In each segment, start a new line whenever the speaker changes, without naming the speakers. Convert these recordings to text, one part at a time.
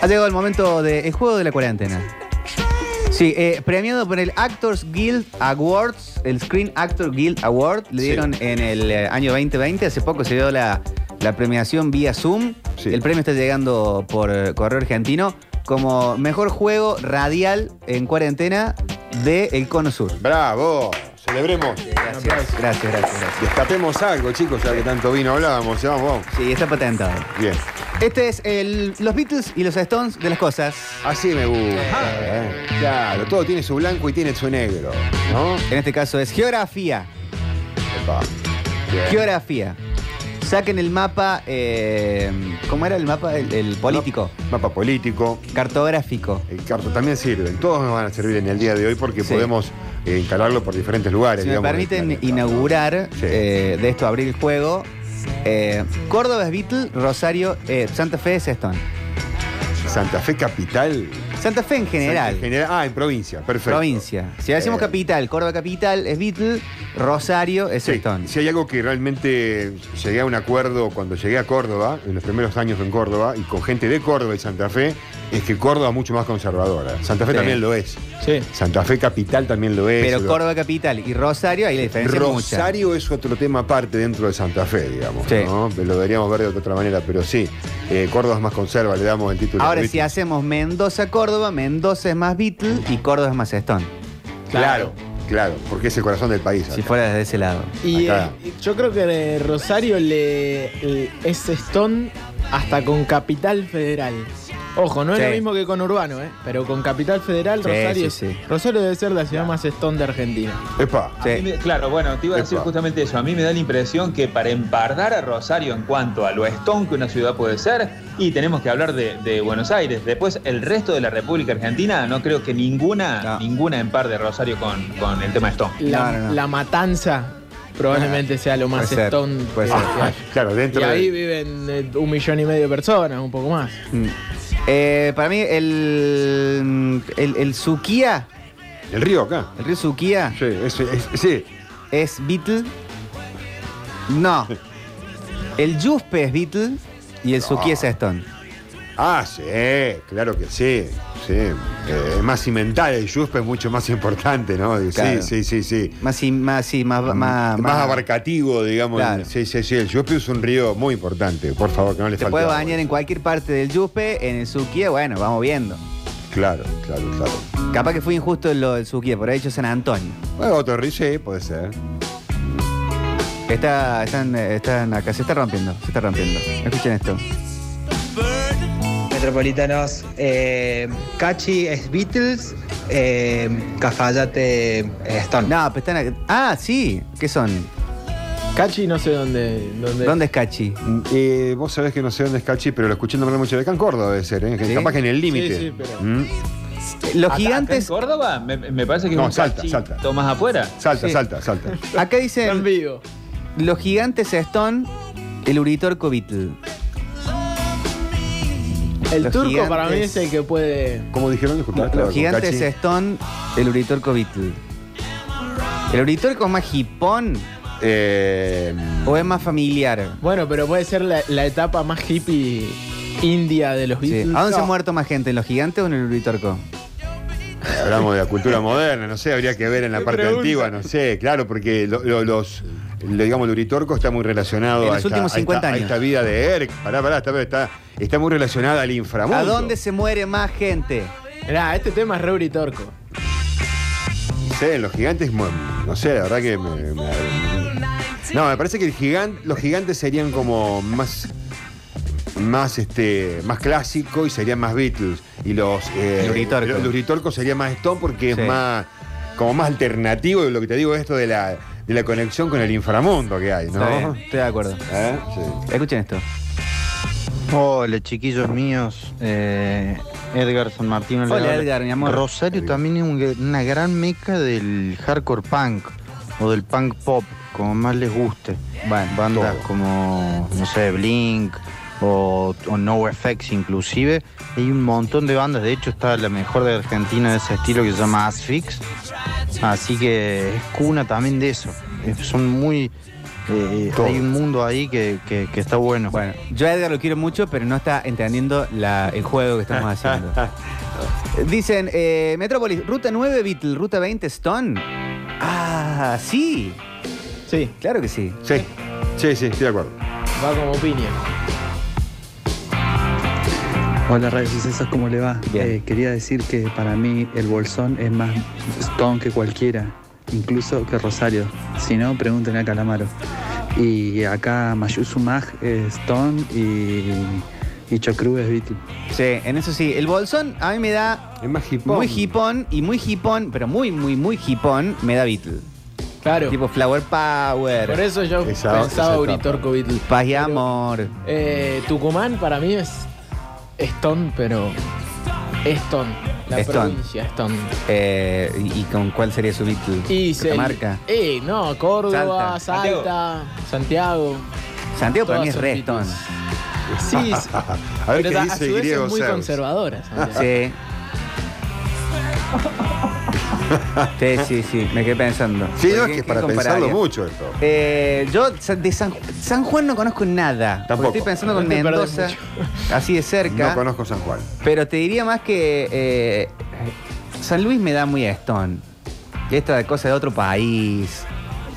Ha llegado el momento del juego de la cuarentena. Sí, eh, premiado por el Actors Guild Awards, el Screen Actor Guild Award, le
Sí.
dieron en el eh, año 2020, hace poco se dio la, la premiación vía Zoom,
Sí.
el premio está llegando por eh, Correo Argentino como mejor juego radial en cuarentena de El Cono Sur.
Bravo, celebremos.
Gracias, gracias, gracias. gracias.
Destapemos algo, chicos, ya que tanto vino hablábamos. Ya vamos.
Sí, está patentado.
Bien.
Este es el, los Beatles y los Stones de las cosas.
Así me
Ah.
gusta. ¿eh? Claro, todo tiene su blanco y tiene su negro, ¿no?
En este caso es geografía.
Epa. Bien.
Geografía. Saquen el mapa, eh, ¿cómo era el mapa? El, el político,
Mapa político.
cartográfico.
El carto también sirven. Todos nos van a servir en el día de hoy porque
Sí.
podemos eh, encalarlo por diferentes lugares.
Si me
digamos,
permiten
del planeta.
inaugurar
Sí.
eh, de esto, abrir el juego, eh, Córdoba es Beatle, Rosario, eh, Santa Fe es Stone.
Santa Fe capital.
Santa Fe en general,
Santa- general. Ah, en provincia, perfecto.
provincia. Si decimos
Eh.
capital, Córdoba capital es Beatle, Rosario es
Sí,
Stone.
si hay algo que realmente llegué a un acuerdo cuando llegué a Córdoba, en los primeros años en Córdoba, y con gente de Córdoba y Santa Fe, es que Córdoba es mucho más conservadora. Santa Fe
Sí.
también lo es.
Sí.
Santa Fe capital también lo es.
Pero
Lo-
Córdoba capital y Rosario, ahí la diferencia es mucha.
Rosario es otro tema aparte dentro de Santa Fe, digamos.
Sí.
¿no? Lo deberíamos ver de otra manera, pero sí. eh, Córdoba es más conserva, le damos el título.
Ahora,
de-
si hacemos Mendoza-Córdoba, Mendoza es más Beatle y Córdoba es más Stone.
Claro, claro, porque es el corazón del país.
ah, Si
acá.
fuera desde ese lado.
Y
Acá.
eh, yo creo que de Rosario le, eh, es Stone hasta con Capital Federal. Ojo, no es
Sí.
lo mismo que con Urbano, ¿eh? pero con Capital Federal
Sí,
Rosario
sí,
es-
sí.
Rosario debe ser la ciudad más Stone de Argentina.
Epa.
Sí.
A mí me- claro, bueno, te iba a decir
Epa.
justamente eso. A mí me da la impresión que para empardar a Rosario en cuanto a lo estón que una ciudad puede ser, y tenemos que hablar de, de Buenos Aires. Después, el resto de la República Argentina, no creo que ninguna,
No.
ninguna emparde a Rosario con, con el tema estón.
La,
No, no, no.
la Matanza probablemente sea lo más
Puede ser,
Stone.
puede
que-
ser. Ah,
que hay.
Claro, dentro
Y
de-
ahí viven eh, un millón y medio de personas, un poco más.
Mm. Eh, para mí, el, el, el Suquía,
El río acá.
el río Suquía,
Sí, es- es- sí.
es Beatle. No. El Yuspe es Beatle y el Suquía es Stone.
Ah, sí, claro que sí. sí. Eh, es más cimental, el Yuspe es mucho más importante, ¿no? Sí,
Claro.
sí, sí, sí.
Más, y- más, sí, más, más,
más, abarcativo, digamos.
Claro.
Sí, sí, sí. El Yuspe es un río muy importante, por favor, que no le
Te
falte.
puedes
agua.
bañar en cualquier parte del Yuspe, en el Suquía, bueno, vamos viendo.
Claro, claro, claro.
Capaz que fue injusto lo del Suquía, por ahí yo San Antonio.
Bueno, otro río, sí, puede ser.
Está, están, están acá, se está rompiendo, se está rompiendo. Escuchen esto.
Metropolitanos, eh, Cachi es Beatles, eh, Cafayate eh, Stone.
No, pero están acá. Ah, sí. ¿Qué son?
Cachi no sé dónde. dónde,
¿Dónde es Cachi?
Mm, eh, vos sabés que no sé dónde es Cachi, pero lo escuché nombrar mucho de acá en Córdoba, debe ser, ¿eh? Que
Sí.
Capaz que en el límite.
sí, pero-
Mm.
Los
Acá-
gigantes.
acá en Córdoba, me, me parece que
No,
es un
Salta,
cachito
Salta.
más afuera.
Salta,
Sí.
salta, salta.
Acá
Están
dicen
vivo.
los gigantes Stone, el Uritorco Beatle.
El
Los
turco
gigantes-
para mí es el que puede.
¿Cómo dijeron? Disculpa, estaba
Los
con
gigantes
Cachi.
Stone, el Uritorco Beatle. ¿El Uritorco es más hipón
Eh,
o es más familiar?
Bueno, pero puede ser la, la etapa más hippie india de los
Sí.
Beatles.
¿A dónde se ha
No.
muerto más gente? ¿En los gigantes o en el Uritorco?
Eh, Hablamos de la cultura moderna, no sé, habría que ver en la
Qué
parte
pregunta.
antigua, no sé, claro, porque lo- lo- los, lo- digamos, el Uritorco está muy relacionado
En
a,
los
esta,
últimos
a esta-
50
a
años.
esta vida de Eric. Pará, pará, está, está, está muy relacionada al inframundo.
¿A dónde se muere más gente?
Mirá, este tema es Reuri Torco.
No sé, en los gigantes, mu- no sé, la verdad que me- me- No, me parece que el gigan- los gigantes serían como más... Más este más clásico y serían más Beatles. Y los. eh,
El Uritorco.
los- los Uritorco sería más Stone porque
Sí.
es más. como más alternativo. y Lo que te digo es esto de la, de la conexión con el inframundo que hay, ¿no?
Está bien, estoy de acuerdo.
¿Eh? Sí.
Escuchen esto.
Hola chiquillos míos, Eh, Edgar San Martín. les
Hola,
habla.
Edgar, mi amor.
Rosario también es un- una gran meca del hardcore punk o del punk pop, como más les guste.
Bueno,
Bandas
Todo.
como, no sé, Blink o, o No Effects inclusive. Hay un montón de bandas, de hecho está la mejor de Argentina de ese estilo que se llama Asfix. Así que es cuna también de eso. Es- Son muy Eh,
Todo.
hay un mundo ahí que, que- que está bueno.
Bueno, yo a Edgar lo quiero mucho, pero no está entendiendo la- el juego que estamos haciendo. Dicen, eh, Metrópolis, ruta 9 Beatle, ruta 20 Stone. Ah, sí,
Sí,
claro que sí.
Sí, sí, sí, estoy de acuerdo.
va como piña.
Hola Radio Sucesos, ¿cómo le va?
Bien.
Eh, quería decir que para mí el bolsón es más stone que cualquiera, incluso que Rosario. Si no, pregúntenle a Calamaro. Y acá Mayuzumag es stone y, y Chocru es Beatle.
Sí, en eso sí. El bolsón a mí me da
Es más hipón.
muy hipón y muy hipón, pero muy, muy, muy hipón, me da Beatle.
Claro.
Tipo Flower Power,
Por eso yo
Esa-
pensaba
esa
Uritorco Beatle.
Paz y
Pero,
Amor.
eh, Tucumán para mí es Stone, pero Stone. La
Stone.
provincia Stone.
Eh, ¿Y y con cuál sería su Beatle?
Y se-
marca.
Eh, no, Córdoba,
Salta.
Salta, Santiago.
Santiago para
todas
mí es
son
re
Beatles.
Stone.
Sí, sí.
A ver
pero
qué
a- a
dice
su vez
griego
es muy
Zeus.
conservadora. Santiago.
Sí. Sí, sí, sí, me quedé pensando.
Sí, no,
¿Qué-
es que
qué
es para
compararía?
pensarlo mucho esto.
Eh, yo sa- de San, San Juan no conozco nada. Porque
Tampoco.
Estoy pensando con
No te perdés
Mendoza, así de cerca.
No conozco San Juan.
Pero te diría más que eh, San Luis me da muy a Stone. Esta cosa de otro país,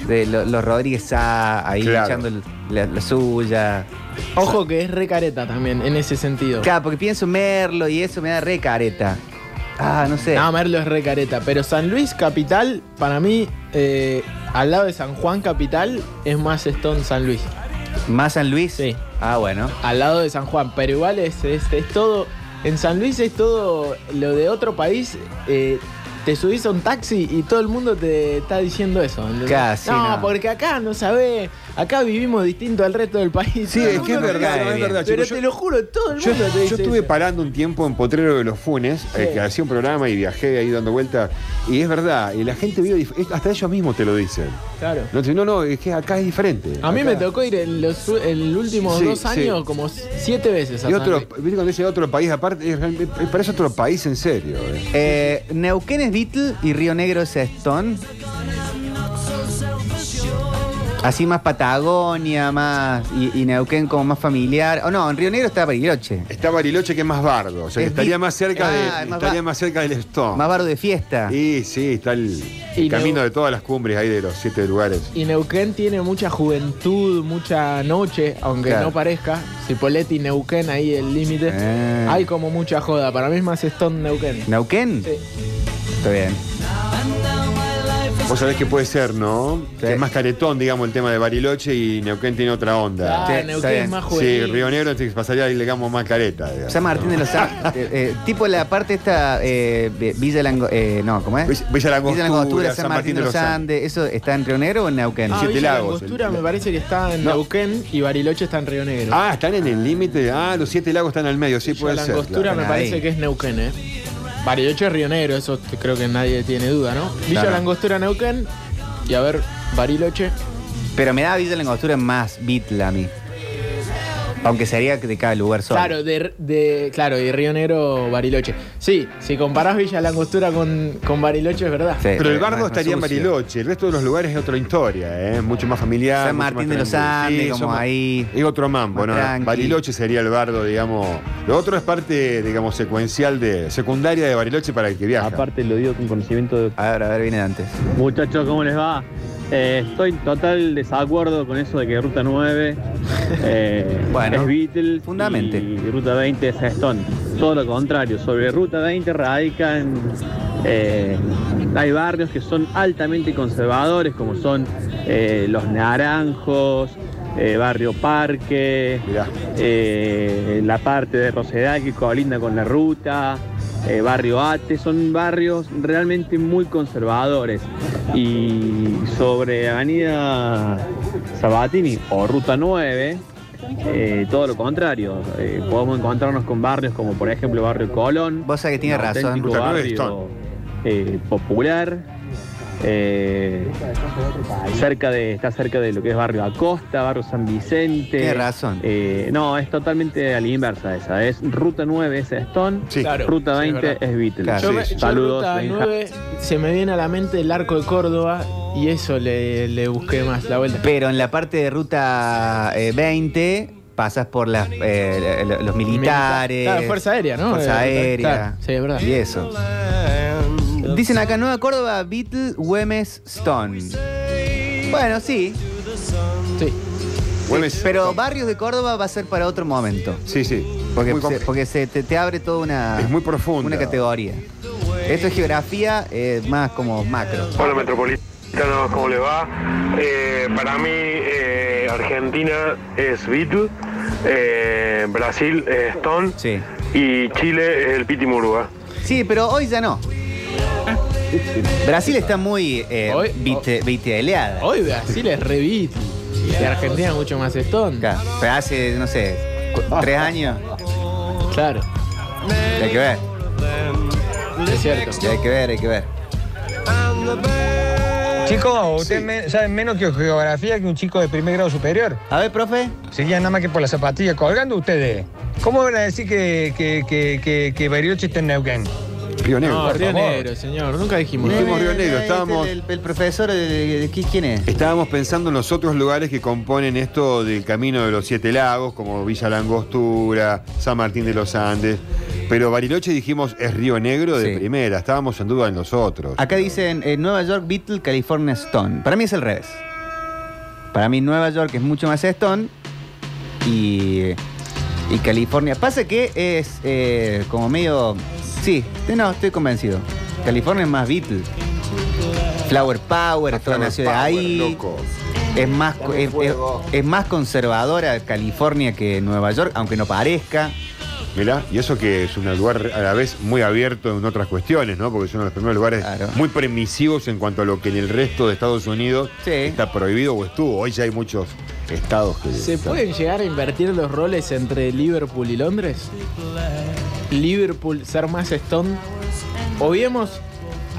de lo- los Rodríguez Sá, ahí
Claro.
echando el- la, la suya.
Ojo que es re careta también, en ese sentido.
Claro, porque pienso Merlo y eso me da re careta. Ah, no sé.
No, Merlo es re careta, pero San Luis Capital, para mí, eh, al lado de San Juan Capital, es más Stone San Luis.
¿Más San Luis?
Sí.
Ah, bueno.
Al lado de San Juan, pero igual es, es- es todo. En San Luis es todo lo de otro país. eh, te subís a un taxi y todo el mundo te está diciendo eso. ¿entendés?
Casi,
no,
no.
porque acá no sabés, acá vivimos distinto al resto del país.
Sí,
Todo el
es que es
mundo te
verdad,
dice,
no, es
bien.
verdad.
Pero
chicos. Yo-
te lo juro, todo el
Yo,
mundo te dice
yo estuve
eso.
parando un tiempo en Potrero de los Funes, eh,
Sí.
que hacía un programa y viajé ahí dando vueltas. Y es verdad, y la gente vio, dif- es- hasta ellos mismos te lo dicen.
Claro.
No, te- no, no, es que acá es diferente.
A mí
Acá-
me tocó ir en los u- en los últimos
Sí,
dos
sí.
años como siete veces a
Y
San
otro,
Luis.
viste cuando dice otro país aparte, es realmente- eh, parece otro país en serio. eh.
Eh, Neuquén es Beatle y Río Negro es Stone. Así más Patagonia, más. Y, y Neuquén como más familiar. Oh, no, en Río Negro está Bariloche.
Está Bariloche que es más bardo, o sea, que
Es
estaría
di-
más cerca, de-
Ah, es más
estaría
ba-
más cerca del Stone.
Oh. Más barro de fiesta.
Y sí, está el, el
Y
camino
Neu-
de todas las cumbres ahí de los siete lugares.
Y Neuquén tiene mucha juventud, mucha noche, aunque
Claro.
no parezca. Cipolletti y Neuquén ahí el límite.
Eh.
Hay como mucha joda. Para mí es más Stone Neuquén.
¿Neuquén?
Sí.
Está bien.
Vos sabés que puede ser, ¿no?
Sí.
Que es más caretón, digamos, el tema de Bariloche y Neuquén tiene otra onda.
Ah,
Sí, está
Neuquén
bien.
es más
Sí,
juvenil.
Río Negro te pasaría, digamos, más careta. digamos.
San Martín de los Andes. eh, eh, tipo la parte esta. eh, de Villa Lango. eh, no, ¿cómo es?
Villa- Villa Langostura,
Langostura, San Martín de los Andes. ¿Eso está en Río Negro o en Neuquén?
Ah,
Siete
Villa
Lagos,
Langostura
el-
me parece que está en
No.
Neuquén y Bariloche está en Río Negro.
Ah, están en el límite. Ah, los siete lagos están al medio, sí
Villa
puede ser.
Langostura
claro.
me
Ahí.
parece que es Neuquén, ¿eh? Bariloche es Río Negro, eso t- creo que nadie tiene duda, ¿no? Villa
Claro.
Langostura, Neuquén. Y a ver, Bariloche.
Pero me da Villa Langostura más Beatle a mí. Aunque sería de cada lugar solo.
Claro, de, de- claro, y Río Negro, Bariloche. Sí, si comparás Villa Langostura con, con Bariloche, es verdad.
Sí,
Pero el
eh, más-
bardo
más
estaría en
sucio.
Bariloche, el resto de los lugares es otra historia, ¿eh? mucho más familiar.
San
mucho
Martín
más
de los
tranquilo.
Andes,
Sí,
como
somos-
ahí.
Es otro mambo,
Más
¿no?
tranqui.
Bariloche sería el bardo, digamos. Lo otro es parte, digamos, secuencial de secundaria de Bariloche para el que viaja.
Aparte lo digo con conocimiento de...
A ver, a ver, viene de antes.
Muchachos, ¿cómo les va? Eh, estoy en total desacuerdo con eso de que Ruta 9 eh,
Bueno,
es Beatles
fundamente.
y Ruta 20 es Stone. Todo lo contrario, sobre Ruta 20 radican... eh, hay barrios que son altamente conservadores, como son eh, Los Naranjos, eh, Barrio Parque,
Mirá.
eh, la parte de Rosedal que colinda con la ruta, eh, Barrio Ate, son barrios realmente muy conservadores. Y sobre Avenida Sabatini o Ruta 9, eh, todo lo contrario, eh, podemos encontrarnos con barrios como por ejemplo Barrio Colón,
Vos sabés que tiene
un
razón.
auténtico
Ruta nueve
barrio,
Stone.
eh, popular, eh, cerca de, está cerca de lo que es Barrio Acosta, Barrio San Vicente.
Tiene razón.
Eh, no, es totalmente a la inversa esa. Es Ruta 9 es Stone,
Sí.
Claro.
Ruta
sí, es
20
verdad.
es Beatles.
Claro.
Yo, me-
eh, Sí,
yo
Saludos.
ruta
Benja.
9, se me viene a la mente el arco de Córdoba y eso le, le busqué más la vuelta.
Pero en la parte de ruta eh, 20 pasas por las, eh, la- la- los militares.
Claro, Fuerza Aérea, ¿no?
Fuerza
Eh,
Aérea.
claro, sí, es verdad.
Y eso. Dicen acá Nueva Córdoba, Beatle, Güemes, Stone. Bueno, sí.
Sí.
Güemes.
Pero barrios de Córdoba va a ser para otro momento.
Sí, sí.
Porque,
Muy
se,
compl-
porque se te, te abre toda una,
es muy profundo.
una categoría. Esto es geografía eh, más como macro.
Hola Metropolitano, ¿cómo les va? Eh, para mí eh, Argentina es Beatle, eh, Brasil es Stone
Sí.
y Chile es el Piti Murúa.
Sí, pero hoy ya no. Brasil está muy eh,
Hoy- oh.
vite- viteleada.
Hoy Brasil es re beat. Y Argentina mucho más Stone.
Acá, Pero hace, no sé, cu- tres años.
Claro,
Hay que ver,
es cierto.
hay que ver, hay que ver.
Chicos,
ustedes
saben menos que geografía que un chico de primer grado superior.
A ver, profe.
Seguían nada más que por la zapatilla colgando ustedes. ¿Cómo van a decir que, que, que, que, que Bariloche está en Neuquén?
Río Negro.
No,
por
Río
favor.
Negro, señor. Nunca dijimos.
Dijimos Río Negro, estábamos-
Eh, El, el profesor, eh, de- de- ¿quién es?
Estábamos pensando en los otros lugares que componen esto del camino de los siete lagos, como Villa Langostura, San Martín de los Andes. Pero Bariloche dijimos es Río Negro de
Sí.
primera, estábamos en duda en los otros.
Acá dicen eh, Nueva York, Beatle, California, Stone. Para mí es al revés. Para mí Nueva York es mucho más Stone y, y California. Pasa que es eh, como medio... Sí, te- no, estoy convencido. California es más Beatle. Flower Power,
Hasta
toda
Flower
nació de
Power,
ahí.
loco.
Es más, es, es- es más conservadora California que Nueva York, aunque no parezca.
Mirá, y eso que es un lugar a la vez muy abierto en otras cuestiones, ¿no? Porque es uno de los primeros lugares
Claro.
muy permisivos en cuanto a lo que en el resto de Estados Unidos
Sí.
está prohibido o estuvo. Hoy ya hay muchos estados que.
¿Se
están-
pueden llegar a invertir los roles entre Liverpool y Londres? Liverpool ser más Stone. Obviemos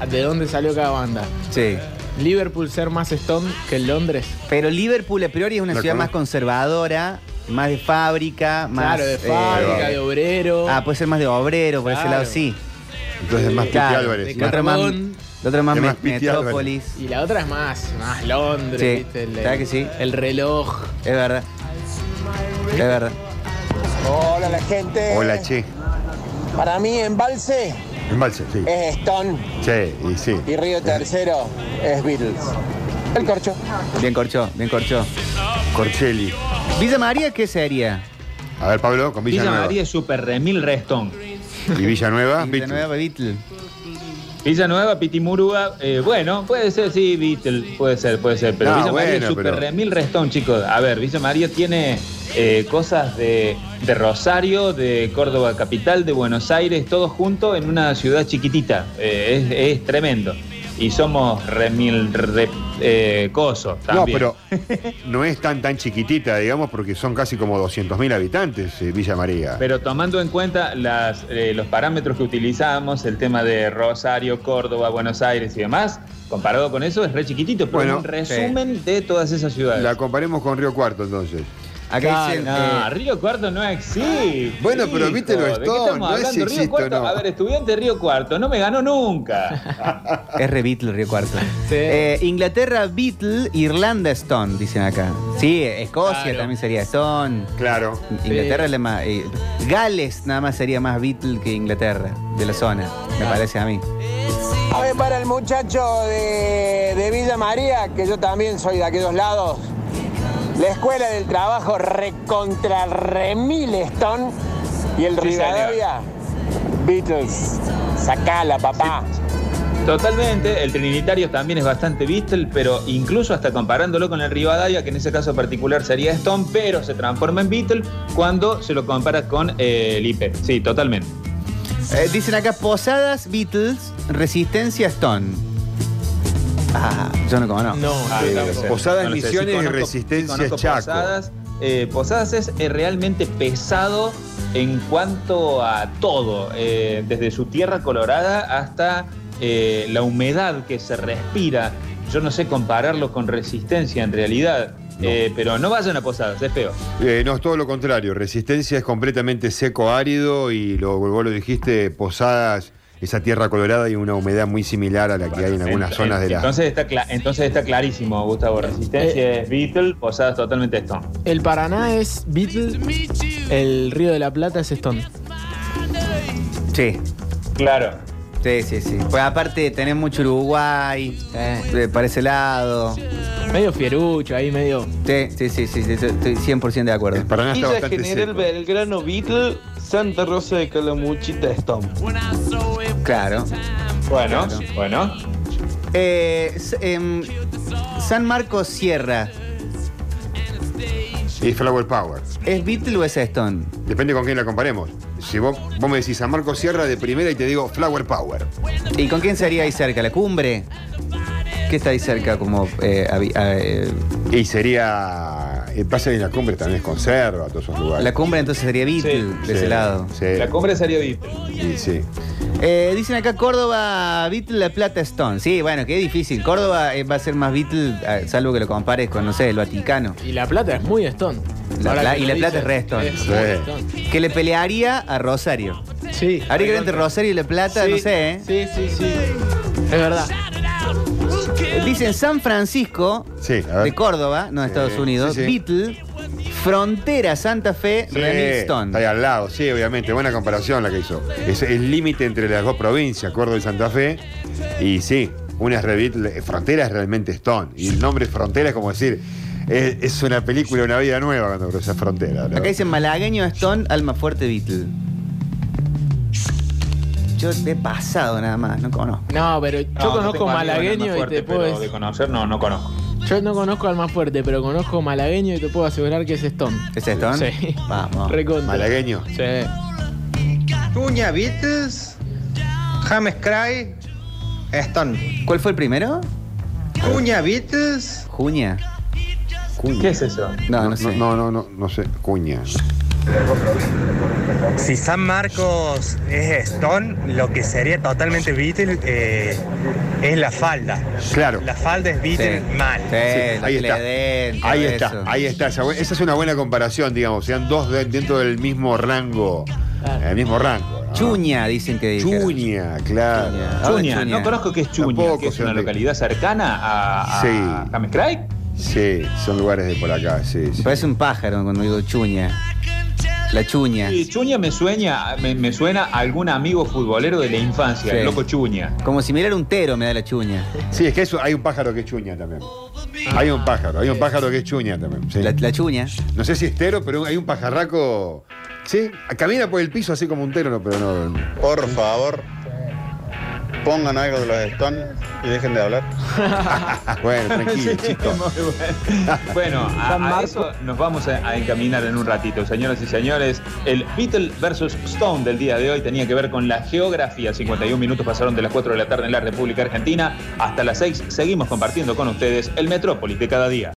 de dónde salió cada banda.
Sí.
Liverpool ser más Stone que Londres.
Pero Liverpool a priori es una
La
ciudad más
conozco.
conservadora, más de fábrica, más.
claro, de
eh,
fábrica, de obrero.
Ah, puede ser más de obrero, por ese
Claro.
lado sí.
Entonces, más Piti
Claro,
Álvarez.
de
La
más-
otra más,
Carbón.
la otra más,
Es
me-
más Piti
metrópolis.
Y la otra es más, más Londres,
Sí,
¿viste? El,
¿verdad que sí?
el reloj.
Es verdad. Es verdad.
Hola la gente.
Hola, che.
Para mí Embalse
Embalse, sí.
es Stone
Che, y sí.
y Río Tercero es Beatles. El corcho.
Bien corchó, bien corchó.
Corchelli.
Villa María, ¿qué sería?
A ver, Pablo, con
Villa
Villanueva.
María es super remil restón.
Y
Villa
Villanueva, Ah, Beatles.
Nueva Beatle.
Villanueva, Pitimurúa, eh, bueno, puede ser, sí, Beatle, puede ser, puede ser, pero
No,
Villa María es
bueno,
super
pero-
remil restón, chicos. A ver, Villa María tiene eh, cosas de, de Rosario, de Córdoba capital, de Buenos Aires, todo junto en una ciudad chiquitita. Eh, es, es tremendo. Y somos remil re, eh, coso
No,
también.
pero no es tan tan chiquitita, digamos, porque son casi como 200.000 habitantes eh, Villa María.
Pero tomando en cuenta las, eh, los parámetros que utilizamos, el tema de Rosario, Córdoba, Buenos Aires y demás, comparado con eso es re chiquitito, pero
Bueno,
es un resumen de todas esas ciudades.
La comparemos con Río Cuarto, entonces.
Acá
Claro,
dicen.
No,
eh,
Río Cuarto no existe.
Bueno, pero viste lo
¿De qué
Stone,
estamos
no es
hablando?
si existe
Río
o
Cuarto,
no.
a ver, estudiante de Río Cuarto, no me ganó nunca.
es re Beatle, Río Cuarto.
Sí.
Eh, Inglaterra, Beatle, Irlanda, Stone, dicen acá. Sí, Escocia
Claro.
también sería Stone.
Claro.
Inglaterra es la más. eh, Gales nada más sería más Beatle que Inglaterra, de la zona, me parece a mí.
A ver, para el muchacho de, de Villa María, que yo también soy de aquellos lados. La escuela del trabajo recontra remil Stone y el
Sí, señor.
Rivadavia. Beatles. Sacala, papá.
Totalmente, el Trinitario también es bastante Beatle, pero incluso hasta comparándolo con el Rivadavia, que en ese caso particular sería Stone, pero se transforma en Beatle cuando se lo compara con eh, el IP. Sí, totalmente.
Eh, dicen acá Posadas, Beatles, Resistencia, Stone. Ah, yo no como no.
No,
Ah,
Eh,
tampoco.
Posadas,
sé,
Misiones y
conozco-
Resistencia
conozco
Chaco.
Posadas, eh, Posadas es eh, realmente pesado en cuanto a todo, eh, desde su tierra colorada hasta eh, la humedad que se respira. Yo no sé compararlo con resistencia en realidad, eh, pero no vayan a posadas, es feo.
Eh, no, es todo lo contrario. Resistencia es completamente seco, árido y lo, vos lo dijiste, posadas, esa tierra colorada y una humedad muy similar a la que hay en algunas
Ent-
zonas de la. Eh,
entonces está cla- entonces está clarísimo, Gustavo. Resistencia es Beatle, posadas totalmente Stone.
El Paraná es Beatle, el Río de la Plata es Stone.
Sí,
Claro.
sí, sí, sí. Pues aparte tenés mucho Uruguay, eh, para ese lado.
Medio fierucho, ahí medio.
Sí, sí, sí, sí, sí, estoy 100% de acuerdo.
Paraná está
Villa
bastante
General
seco.
Belgrano Beatle, Santa Rosa de Calamuchita Stone.
Claro.
Bueno, bueno.
Eh, s- em, San Marcos Sierra,
Y Flower Power.
¿es Beatle o es Stone?
Depende con quién la comparemos. Si vos, vos me decís San Marcos Sierra de primera y te digo Flower Power.
¿Y con quién sería ahí cerca? ¿La cumbre? ¿Qué está ahí cerca como... eh, habi- a- eh,
Y sería. eh, El pase de la cumbre también es conserva, todos esos lugares.
la cumbre entonces sería Beatle, de
Sí,
ese lado.
Sí.
La cumbre sería Beatle.
Y sí.
Eh, dicen acá Córdoba, Beatle, La Plata, Stone. Sí, bueno, qué difícil. Córdoba eh, va a ser más Beatle, eh, salvo que lo compares con, no sé, el Vaticano.
Y la plata es muy Stone.
La
Ahora
pla-
que
y
lo
la plata
dice,
es re Stone.
es
Sí.
muy Stone.
Que le pelearía a Rosario.
Sí.
Habría que ver entre Rosario y La Plata,
Sí,
no sé, ¿eh?
Sí, sí, sí. Es verdad.
Dicen San Francisco
Sí, a
de
ver.
Córdoba, no de Estados
Sí,
Unidos,
sí, sí.
Beatle, Frontera Santa Fe,
Sí,
Remix
Está ahí
Stone.
al lado, sí, obviamente. Buena comparación la que hizo. Es el límite entre las dos provincias, Córdoba y Santa Fe. Y sí, una es Revit, Frontera es realmente Stone. Y el nombre Frontera es como decir, es, es una película, una vida nueva cuando cruzas Frontera. ¿no?
Acá dicen malagueño Stone, alma fuerte Beatle. Yo he pasado nada más, no conozco.
No, pero yo
No, no
conozco
tengo amigos
malagueño
en Alma
y
Fuerte,
te puedo
pero
decir-
de conocer no, no conozco.
Yo no conozco al más fuerte, pero conozco malagueño y te puedo asegurar que es Stone.
¿Es Stone?
Sí.
Ah,
Vamos.
Recontra.
Malagueño.
Sí.
Uña Beatles, James Cry, Stone.
¿Cuál fue el primero?
Uña Beatles,
Juña.
¿Qué es eso?
No, no sé.
No, no, no, no sé. Cuña.
Si San Marcos es Stone, lo que sería totalmente Beatle eh, es la falda.
Claro.
La falda es Beatle
Sí.
mal.
Sí, Ah, la
ahí
que le
está.
den, todo
Ahí
eso.
está, ahí está. Esa, bu- esa es una buena comparación, digamos. Sean dos de- dentro del mismo rango. El mismo rango. ¿no?
Chuña, dicen que dijeron.
Chuña, claro.
Chuña.
Chuña,
Chuña.
no conozco qué es Chuña,
Tampoco
que es
sé
una
dónde-
localidad cercana a, a
Sí.
James Craig.
Sí, son lugares de por acá, sí. sí.
Me parece un pájaro cuando digo chuña. La chuña.
Y Chuña me sueña, me, me suena a algún amigo futbolero de la infancia,
Sí.
el loco Chuña.
Como si mirara un tero me da la chuña.
Sí, es que eso, hay un pájaro que es chuña también. Hay un pájaro, hay un pájaro que es chuña también. sí.
La, la chuña.
No sé si es tero, pero hay un pajarraco. Sí, camina por el piso así como un tero, no, pero no. no.
Por favor, pongan algo de los Stone y dejen de hablar.
Ah, bueno, tranquilo, chico.
Bueno, a, a eso nos vamos a, a encaminar en un ratito, señoras y señores. El Beatle versus Stone del día de hoy tenía que ver con la geografía. 51 minutos pasaron de las 4 de la tarde en la República Argentina. Hasta las 6 seguimos compartiendo con ustedes el Metrópolis de cada día.